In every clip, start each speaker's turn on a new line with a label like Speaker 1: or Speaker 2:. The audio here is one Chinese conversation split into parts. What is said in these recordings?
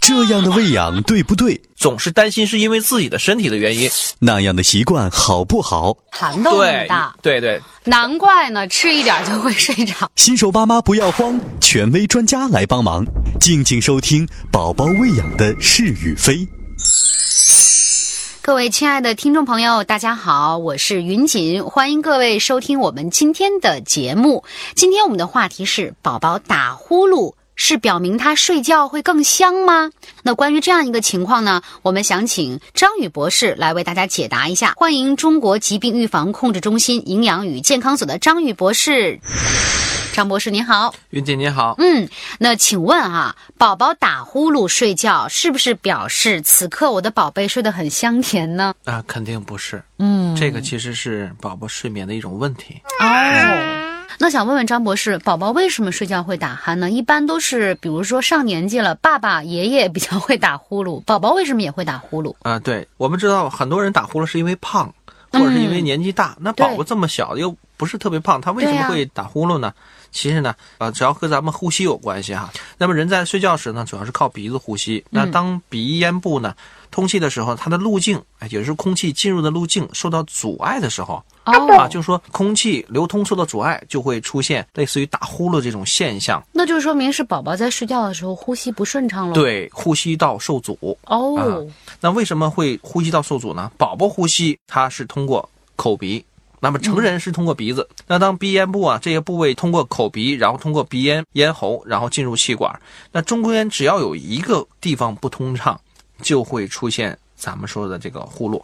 Speaker 1: 这样的喂养对不对？
Speaker 2: 总是担心是因为自己的身体的原因。
Speaker 1: 那样的习惯好不好？
Speaker 3: 涵洞那么
Speaker 2: 对
Speaker 3: 大，，
Speaker 2: 对对，
Speaker 3: 难怪呢，吃一点就会睡着。
Speaker 1: 新手爸妈不要慌，权威专家来帮忙。静静收听宝宝喂养的是与非。
Speaker 3: 各位亲爱的听众朋友，大家好，我是云锦，欢迎各位收听我们今天的节目。今天我们的话题是：宝宝打呼噜是表明他睡觉会更香吗？那关于这样一个情况呢，我们想请张宇博士来为大家解答一下。欢迎中国疾病预防控制中心营养与健康所的张宇博士。张博士您好，
Speaker 2: 云姐你好，
Speaker 3: 嗯，那请问啊，宝宝打呼噜睡觉是不是表示此刻我的宝贝睡得很香甜呢？
Speaker 2: 啊，肯定不是，
Speaker 3: 嗯，
Speaker 2: 这个其实是宝宝睡眠的一种问题。哎
Speaker 3: 哦，那想问问张博士，宝宝为什么睡觉会打鼾呢？一般都是比如说上年纪了，爸爸、爷爷比较会打呼噜，宝宝为什么也会打呼噜？
Speaker 2: 啊、对，我们知道很多人打呼噜是因为胖，或者是因为
Speaker 3: 嗯
Speaker 2: 年纪大。那
Speaker 3: 对
Speaker 2: 宝宝这么小又不是特别胖，他为什
Speaker 3: 对
Speaker 2: 么
Speaker 3: 啊呀
Speaker 2: 会打呼噜呢？其实呢，呃，只要和咱们呼吸有关系哈。那么人在睡觉时呢，主要是靠鼻子呼吸。那
Speaker 3: 嗯
Speaker 2: 当鼻咽部呢通气的时候，它的路径，哎，也就是空气进入的路径受到阻碍的时候，啊，
Speaker 3: 哦，
Speaker 2: 就是说空气流通受到阻碍，就会出现类似于打呼噜这种现象。
Speaker 3: 那就说明是宝宝在睡觉的时候呼吸不顺畅了。，
Speaker 2: 对，啊呼吸道受阻。
Speaker 3: 哦，
Speaker 2: 那为什么会呼吸道受阻呢？宝宝呼吸它是通过口鼻，那么成人是通过鼻子。那当鼻咽部啊这些部位通过口鼻，然后通过鼻咽、咽喉，然后进入气管。那中间只要有一个地方不通畅，就会出现咱们说的这个呼噜。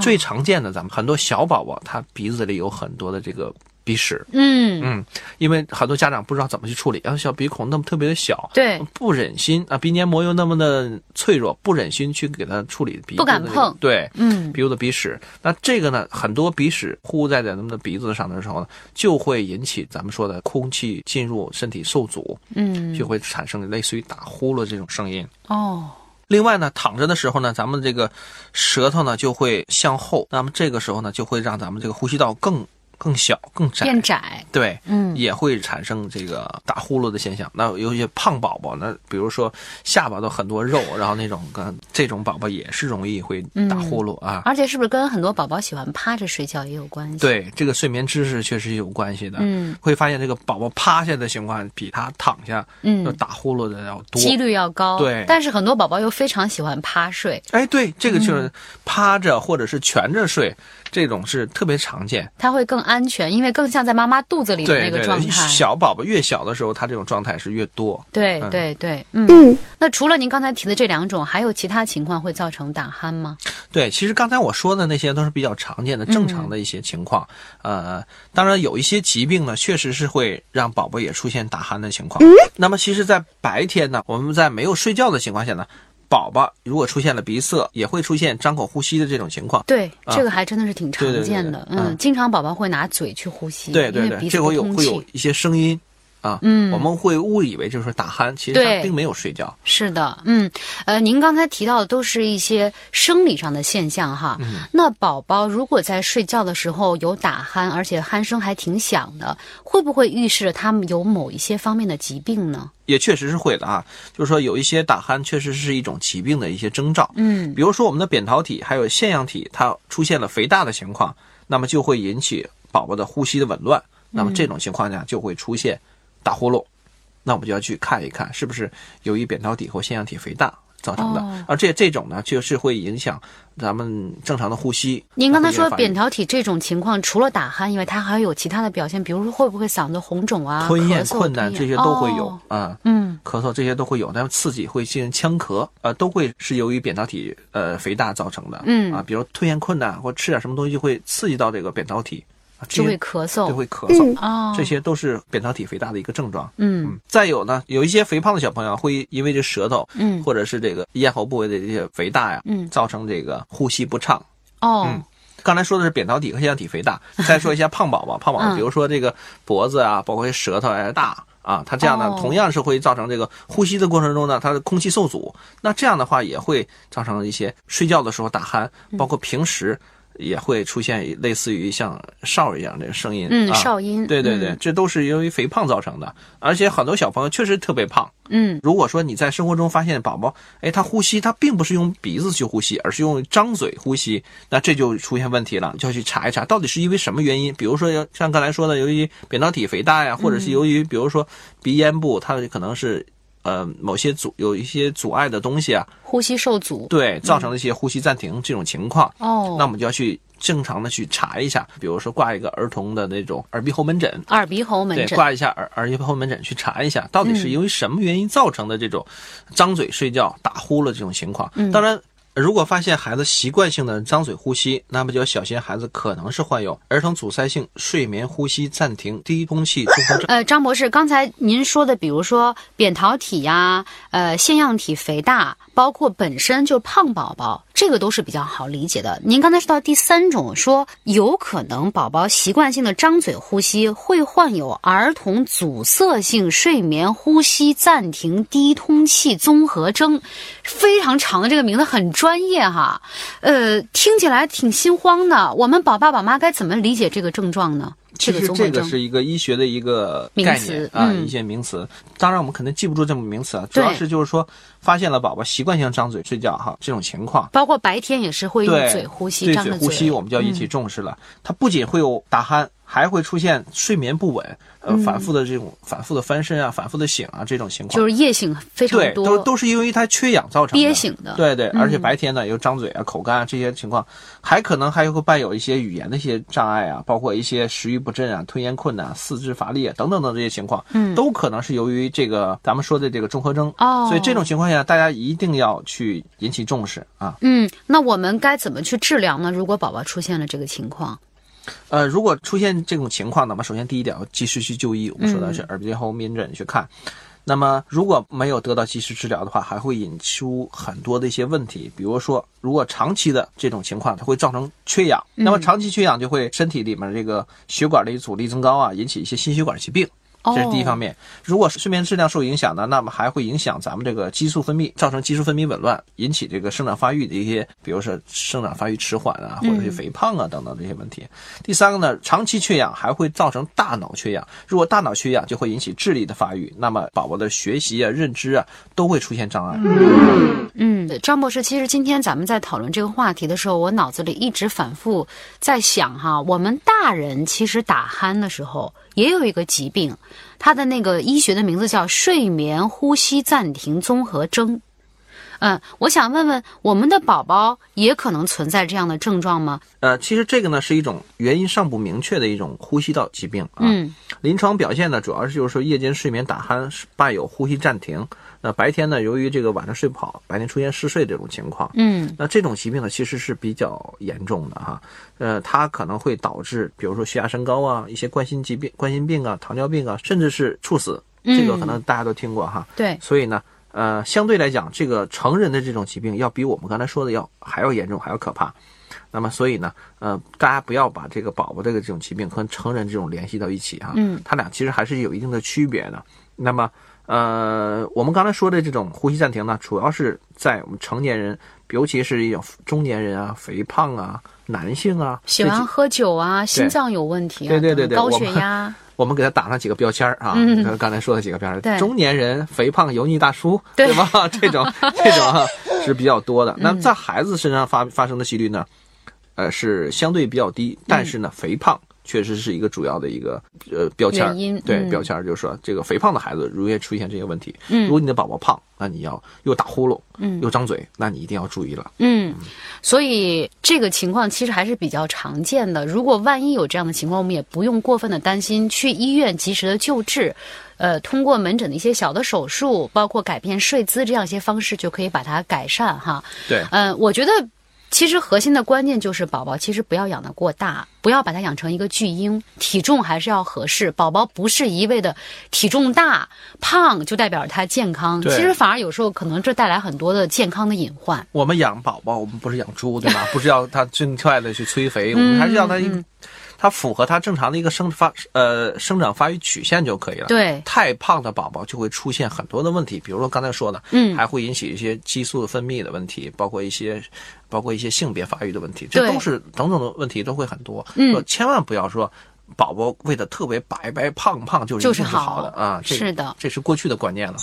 Speaker 2: 最常见的，咱们很多小宝宝他鼻子里有很多的这个鼻屎，
Speaker 3: 嗯，
Speaker 2: 嗯，因为很多家长不知道怎么去处理，啊然后小鼻孔那么特别的小，
Speaker 3: 对，
Speaker 2: 嗯不忍心啊，鼻黏膜又那么的脆弱，不忍心去给它处理鼻
Speaker 3: 不敢
Speaker 2: 子的这个
Speaker 3: 碰
Speaker 2: 对，
Speaker 3: 嗯，
Speaker 2: 鼻子的鼻屎。那这个呢，很多鼻屎呼在咱们的鼻子上的时候呢，就会引起咱们说的空气进入身体受阻，
Speaker 3: 嗯，
Speaker 2: 就会产生类似于打呼噜这种声音。
Speaker 3: 哦，
Speaker 2: 另外呢，躺着的时候呢，咱们这个舌头呢就会向后，那么这个时候呢，就会让咱们这个呼吸道更更小、更窄，
Speaker 3: 变窄，
Speaker 2: 对，
Speaker 3: 嗯，
Speaker 2: 也会产生这个打呼噜的现象。那有一些胖宝宝呢，比如说下巴都很多肉，然后那种跟这种宝宝也是容易会打呼噜啊。
Speaker 3: 嗯而且是不是跟很多宝宝喜欢趴着睡觉也有关系？，
Speaker 2: 对，这个睡眠知识确实有关系的。
Speaker 3: 嗯
Speaker 2: 会发现这个宝宝趴下的情况比他躺下
Speaker 3: 嗯
Speaker 2: 就打呼噜的要多。
Speaker 3: 几率要高。
Speaker 2: 对
Speaker 3: 但是很多宝宝又非常喜欢趴睡，
Speaker 2: 哎，对，这个
Speaker 3: 嗯
Speaker 2: 就是趴着或者是蜷着睡，这种是特别常见。
Speaker 3: 他会更安全，因为更像在妈妈肚子里的
Speaker 2: 对
Speaker 3: 那
Speaker 2: 对
Speaker 3: 个状
Speaker 2: 对，
Speaker 3: 态。
Speaker 2: 小宝宝越小的时候，他这种状态是越多。
Speaker 3: 对
Speaker 2: 嗯
Speaker 3: 对对，嗯。那除了您刚才提的这两种，还有其他情况会造成打鼾吗？
Speaker 2: 对，其实刚才我说的那些都是比较常见的、正
Speaker 3: 嗯
Speaker 2: 常的一些情况。呃，当然有一些疾病呢，确实是会让宝宝也出现打鼾的情况。
Speaker 3: 嗯
Speaker 2: 那么，其实，在白天呢，我们在没有睡觉的情况下呢，宝宝如果出现了鼻塞，也会出现张口呼吸的这种情况。
Speaker 3: 对，
Speaker 2: 啊
Speaker 3: 这个还真的是挺常
Speaker 2: 对
Speaker 3: 见的。
Speaker 2: 对对对
Speaker 3: 嗯，
Speaker 2: 嗯
Speaker 3: 经常宝宝会拿嘴去呼吸，
Speaker 2: 对对
Speaker 3: 嗯因为
Speaker 2: 对，
Speaker 3: 鼻子
Speaker 2: 这会
Speaker 3: 不
Speaker 2: 有
Speaker 3: 通
Speaker 2: 会有
Speaker 3: 气。
Speaker 2: 一些声音啊，
Speaker 3: 嗯
Speaker 2: 我们会误以为就是说打鼾，其实
Speaker 3: 对
Speaker 2: 他并没有睡觉。
Speaker 3: 是的，嗯，呃，您刚才提到的都是一些生理上的现象哈。
Speaker 2: 嗯
Speaker 3: 那宝宝如果在睡觉的时候有打鼾，而且鼾声还挺响的，会不会预示着他们有某一些方面的疾病呢？
Speaker 2: 也确实是会的啊，就是说有一些打鼾确实是一种疾病的一些征兆，
Speaker 3: 嗯，
Speaker 2: 比如说我们的扁桃体还有腺样体，它出现了肥大的情况，那么就会引起宝宝的呼吸的紊乱，那么这种情况下就会出现打呼噜，那我们就要去看一看是不是由于扁桃体或腺样体肥大造成的，
Speaker 3: 哦
Speaker 2: 而这这种呢就是会影响咱们正常的呼吸。
Speaker 3: 您刚才说
Speaker 2: 会
Speaker 3: 扁
Speaker 2: 引发
Speaker 3: 桃体这种情况，除了打鼾以外，它还有其他的表现，比如说会不会嗓子红肿啊、
Speaker 2: 吞咽
Speaker 3: 咳嗽
Speaker 2: 困难
Speaker 3: 吞
Speaker 2: 这
Speaker 3: 咽
Speaker 2: 些都会有
Speaker 3: 哦
Speaker 2: 啊。
Speaker 3: 嗯，
Speaker 2: 咳嗽这些都会有，但是刺激会进行呛咳，呃，都会是由于扁桃体呃肥大造成的。
Speaker 3: 嗯
Speaker 2: 啊，比如吞咽困难或吃点什么东西就会刺激到这个扁桃体，啊、这
Speaker 3: 就会
Speaker 2: 些
Speaker 3: 咳
Speaker 2: 就
Speaker 3: 嗽
Speaker 2: 会咳嗽，
Speaker 3: 哦，
Speaker 2: 这些都是扁桃体肥大的一个症状。
Speaker 3: 嗯，
Speaker 2: 再有呢，有一些肥胖的小朋友会因为这舌头，
Speaker 3: 嗯
Speaker 2: 或者是这个咽喉部位的这些肥大呀，
Speaker 3: 嗯
Speaker 2: 造成这个呼吸不畅。
Speaker 3: 哦，
Speaker 2: 嗯刚才说的是扁桃体和腺样体 肥大，再说一下胖宝宝，胖宝宝，
Speaker 3: 嗯
Speaker 2: 比如说这个脖子啊，包括舌头啊大啊，它这样呢，
Speaker 3: 哦
Speaker 2: 同样是会造成这个呼吸的过程中呢，它的空气
Speaker 3: 嗯
Speaker 2: 受阻，那这样的话也会造成一些睡觉的时候打鼾，包括平时。也会出现类似于像哨一样的声音，
Speaker 3: 嗯，
Speaker 2: 啊
Speaker 3: 哨音，
Speaker 2: 对对对
Speaker 3: 嗯，，
Speaker 2: 这都是由于肥胖造成的，而且很多小朋友确实特别胖。
Speaker 3: 嗯
Speaker 2: 如果说你在生活中发现宝宝，哎，他呼吸他并不是用鼻子去呼吸，而是用张嘴呼吸，那这就出现问题了，就要去查一查到底是因为什么原因。比如说要像刚才说的，由于扁桃体肥大呀，或者是由于比如说鼻咽部它可能是呃某些阻有一些阻碍的东西啊，
Speaker 3: 呼吸受阻，
Speaker 2: 对，造成了一些呼吸暂停这种情况。
Speaker 3: 哦，
Speaker 2: 那我们就要去正常的去查一下，比如说挂一个儿童的那种耳鼻喉门诊，
Speaker 3: 耳鼻喉门
Speaker 2: 对，
Speaker 3: 诊，嗯
Speaker 2: 挂一下耳耳鼻喉门诊去查一下，到底是因为什么原因造成的这种张嘴睡觉、打呼噜这种情况。
Speaker 3: 嗯
Speaker 2: 当然，如果发现孩子习惯性的张嘴呼吸，那么就要小心孩子可能是患有儿童阻塞性睡眠呼吸暂停低通气综 合症。
Speaker 3: 呃，张博士，刚才您说的，比如说扁桃体呀、呃，腺样体肥大，包括本身就胖宝宝，这个都是比较好理解的。您刚才说到第三种，说有可能宝宝习惯性的张嘴呼吸，会患有儿童阻塞性睡眠呼吸暂停低通气综合征，非常长的这个名字很专业哈，呃，听起来挺心慌的。我们宝爸宝妈该怎么理解这个症状呢？
Speaker 2: 其
Speaker 3: 个
Speaker 2: 实
Speaker 3: 综合
Speaker 2: 这个
Speaker 3: 征。
Speaker 2: 是一个医学的一个
Speaker 3: 名
Speaker 2: 概
Speaker 3: 词
Speaker 2: 念啊，
Speaker 3: 嗯
Speaker 2: 一些名词。当然，我们可能记不住这么名词啊，主要
Speaker 3: 对
Speaker 2: 是就是说发现了宝宝习惯性张嘴睡觉哈这种情况。
Speaker 3: 包括白天也是会用
Speaker 2: 对
Speaker 3: 嘴嗯呼吸，
Speaker 2: 对
Speaker 3: 张
Speaker 2: 嘴
Speaker 3: 着
Speaker 2: 呼吸，我们就要引起重视了。它不仅会有打鼾，还会出现睡眠不稳，呃，反复的这种反复的翻身啊，反复的醒啊这种情况。
Speaker 3: 嗯就是夜醒非常
Speaker 2: 对，
Speaker 3: 多，
Speaker 2: 都都是因为它缺氧造成的。
Speaker 3: 憋醒的。嗯
Speaker 2: 对对，而且白天呢又张嘴啊、口干啊这些情况，还可能还会伴有一些语言的一些障碍啊，包括一些食欲不振啊、吞咽困难、四肢乏力啊等等等这些情况，
Speaker 3: 嗯
Speaker 2: 都可能是由于这个咱们说的这个综合征。
Speaker 3: 哦
Speaker 2: 所以这种情况下，大家一定要去引起重视啊。
Speaker 3: 嗯，那我们该怎么去治疗呢？如果宝宝出现了这个情况，
Speaker 2: 呃，如果出现这种情况那么首先第一点要及时去就医。我们说的是耳鼻喉门诊去看。那么，如果没有得到及时治疗的话，还会引出很多的一些问题，比如说，如果长期的这种情况，它会造成缺氧。那么，长期缺氧就会身体里面这个血管的阻力增高啊，引起一些心血管疾病。
Speaker 3: 哦，
Speaker 2: 这是第一方面。如果睡眠质量受影响呢，那么还会影响咱们这个激素分泌，造成激素分泌紊乱，引起这个生长发育的一些，比如说生长发育迟缓啊，或者是肥胖啊等等这些问题。第三个呢，长期缺氧还会造成大脑缺氧，如果大脑缺氧就会引起智力的发育，那么宝宝的学习啊、认知啊都会出现障碍。
Speaker 3: 嗯，张博士，其实今天咱们在讨论这个话题的时候，我脑子里一直反复在想哈，我们大人其实打鼾的时候也有一个疾病，它的那个医学的名字叫睡眠呼吸暂停综合征。嗯，我想问问，我们的宝宝也可能存在这样的症状吗？
Speaker 2: 呃，其实这个呢是一种原因尚不明确的一种呼吸道疾病啊。
Speaker 3: 嗯
Speaker 2: 临床表现呢，主要是就是说夜间睡眠打鼾是伴有呼吸暂停，那白天呢，由于这个晚上睡不好，白天出现嗜睡这种情况。
Speaker 3: 嗯
Speaker 2: 那这种疾病呢，其实是比较严重的哈，呃，它可能会导致，比如说血压升高啊，一些冠心疾病、冠心病啊、糖尿病啊，甚至是猝死，这个可能大家都听过哈。
Speaker 3: 嗯对，
Speaker 2: 所以呢，呃，相对来讲，这个成人的这种疾病要比我们刚才说的要还要严重，还要可怕。那么，所以呢，呃，大家不要把这个宝宝这个这种疾病和成人这种联系到一起啊，
Speaker 3: 嗯，
Speaker 2: 它俩其实还是有一定的区别的。那么，呃，我们刚才说的这种呼吸暂停呢，主要是在我们成年人，尤其是一种中年人啊、肥胖啊、男性啊，
Speaker 3: 喜欢
Speaker 2: 这几
Speaker 3: 喝酒啊，心脏有问题啊，
Speaker 2: 对对对对
Speaker 3: 高
Speaker 2: 我
Speaker 3: 血
Speaker 2: 们
Speaker 3: 压，
Speaker 2: 我们给他打上几个标签儿啊，
Speaker 3: 嗯
Speaker 2: 刚才说的几个标签
Speaker 3: 对
Speaker 2: 儿，中年人、肥胖、油腻大叔，
Speaker 3: 对嗯
Speaker 2: 对 吧？这种这种啊是比较多的。那么在孩子身上发发生的几率呢，呃，是相对比较低，但是呢，
Speaker 3: 嗯
Speaker 2: 肥胖确实是一个主要的一个呃标签儿
Speaker 3: 原因，
Speaker 2: 对
Speaker 3: 嗯
Speaker 2: 标签儿就是说，这个肥胖的孩子容易出现这些问题。
Speaker 3: 嗯
Speaker 2: 如果你的宝宝胖，那你要又打呼噜，
Speaker 3: 嗯
Speaker 2: 又张嘴，那你一定要注意了。
Speaker 3: 嗯，所以这个情况其实还是比较常见的。如果万一有这样的情况，我们也不用过分的担心，去医院及时的救治，呃，通过门诊的一些小的手术，包括改变睡姿这样一些方式，就可以把它改善哈。
Speaker 2: 对，
Speaker 3: 嗯，我觉得其实核心的关键就是宝宝其实不要养得过大，不要把它养成一个巨婴，体重还是要合适。宝宝不是一味的体重大胖就代表着他健康，其
Speaker 2: 对
Speaker 3: 实反而有时候可能这带来很多的健康的隐患。
Speaker 2: 我
Speaker 3: 嗯
Speaker 2: 们养宝宝，我们不是养猪，对吧？不是要他尽快的去催肥，我们还是要他一个，它符合它正常的一个生发呃生长发育曲线就可以了。
Speaker 3: 对，
Speaker 2: 太胖的宝宝就会出现很多的问题，比如说刚才说的，
Speaker 3: 嗯
Speaker 2: 还会引起一些激素分泌的问题，包括一些包括一些性别发育的问题，
Speaker 3: 对
Speaker 2: 这都是种种的问题都会很多。
Speaker 3: 嗯
Speaker 2: 说千万不要说宝宝喂的特别白白胖胖就是
Speaker 3: 就
Speaker 2: 一
Speaker 3: 是
Speaker 2: 定
Speaker 3: 好
Speaker 2: 好的啊，这
Speaker 3: 是的
Speaker 2: 这是过去的观念了。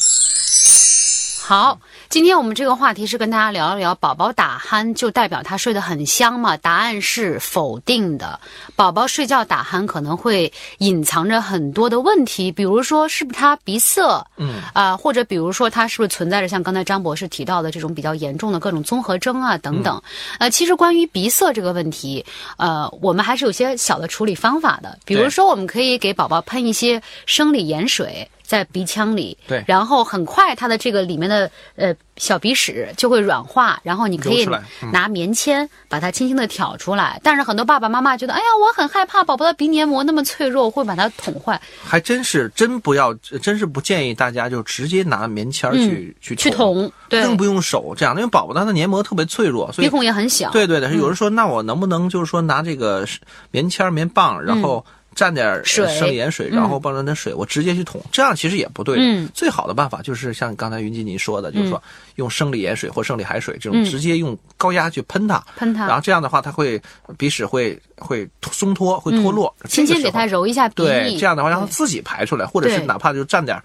Speaker 3: 好，今天我们这个话题是跟大家聊一聊，宝宝打鼾就代表他睡得很香吗？答案是否定的。宝宝睡觉打鼾可能会隐藏着很多的问题，比如说是不是他鼻塞，
Speaker 2: 嗯
Speaker 3: 啊、或者比如说他是不是存在着像刚才张博士提到的这种比较严重的各种综合征啊等
Speaker 2: 嗯
Speaker 3: 等。呃，其实关于鼻塞这个问题，呃，我们还是有些小的处理方法的，比如
Speaker 2: 对
Speaker 3: 说我们可以给宝宝喷一些生理盐水。在鼻腔里，
Speaker 2: 对
Speaker 3: 然后很快它的这个里面的呃小鼻屎就会软化，然后你可以
Speaker 2: 流出来嗯
Speaker 3: 拿棉签把它轻轻的挑出来。但是很多爸爸妈妈觉得，哎呀，我很害怕宝宝的鼻黏膜那么脆弱，我会把它捅坏。
Speaker 2: 还真是真不要，真是不建议大家就直接拿棉签儿去、去
Speaker 3: 嗯去
Speaker 2: 捅，
Speaker 3: 捅，对，
Speaker 2: 更不用手这样，因为宝宝他的黏膜特别脆弱，所
Speaker 3: 鼻
Speaker 2: 以
Speaker 3: 孔也很小，
Speaker 2: 对对的。有人说，那我能不能就是说拿这个是棉签儿、棉棒，然后蘸点儿
Speaker 3: 嗯水
Speaker 2: 生理盐水，
Speaker 3: 嗯
Speaker 2: 然后帮着点水，我直接去捅，这样其实也不对的。
Speaker 3: 嗯
Speaker 2: 最好的办法就是像刚才云锦你说的，就是说用生理盐水或生理海水这种
Speaker 3: 嗯
Speaker 2: 直接用高压去喷它，
Speaker 3: 喷它，
Speaker 2: 然后这样的话，它会鼻屎会会松脱，会脱落。这
Speaker 3: 轻
Speaker 2: 个
Speaker 3: 轻嗯给
Speaker 2: 时候
Speaker 3: 它揉一下鼻
Speaker 2: 对，
Speaker 3: 翼，
Speaker 2: 这样的话让它
Speaker 3: 对
Speaker 2: 自己排出来，或者是
Speaker 3: 对
Speaker 2: 哪怕就蘸点儿，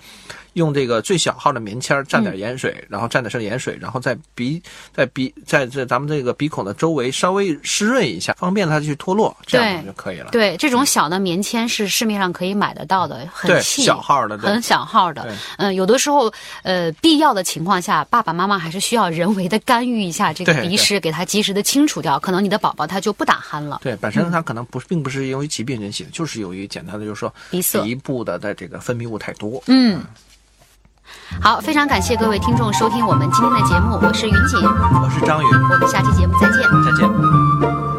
Speaker 2: 用这个最小号的棉签儿蘸点盐水，
Speaker 3: 嗯
Speaker 2: 然后蘸点生盐水，然后在鼻在鼻在这咱们这个鼻孔的周围稍微湿润一下，方便它去脱落，这样
Speaker 3: 对
Speaker 2: 就可以了。
Speaker 3: 对，这种小的棉签是市面上可以买得到的，
Speaker 2: 嗯
Speaker 3: 很
Speaker 2: 对
Speaker 3: 细，
Speaker 2: 小号的对
Speaker 3: 很小号的
Speaker 2: 对。
Speaker 3: 嗯，有的时候，呃，必要的情况下，爸爸妈妈还是需要人为的干预一下这个
Speaker 2: 对
Speaker 3: 鼻
Speaker 2: 对
Speaker 3: 屎，给它及时的清除掉，可能你的宝宝他就不打鼾了。
Speaker 2: 对，本身它可能不是，并不是由于疾病引起的，就是由于简单的就是说
Speaker 3: 鼻塞
Speaker 2: 鼻部的的这个分泌物太多。
Speaker 3: 嗯。好，非常感谢各位听众收听我们今天的节目，我是云锦，
Speaker 2: 我是张宇，
Speaker 3: 我们下期节目再见。
Speaker 2: 再见。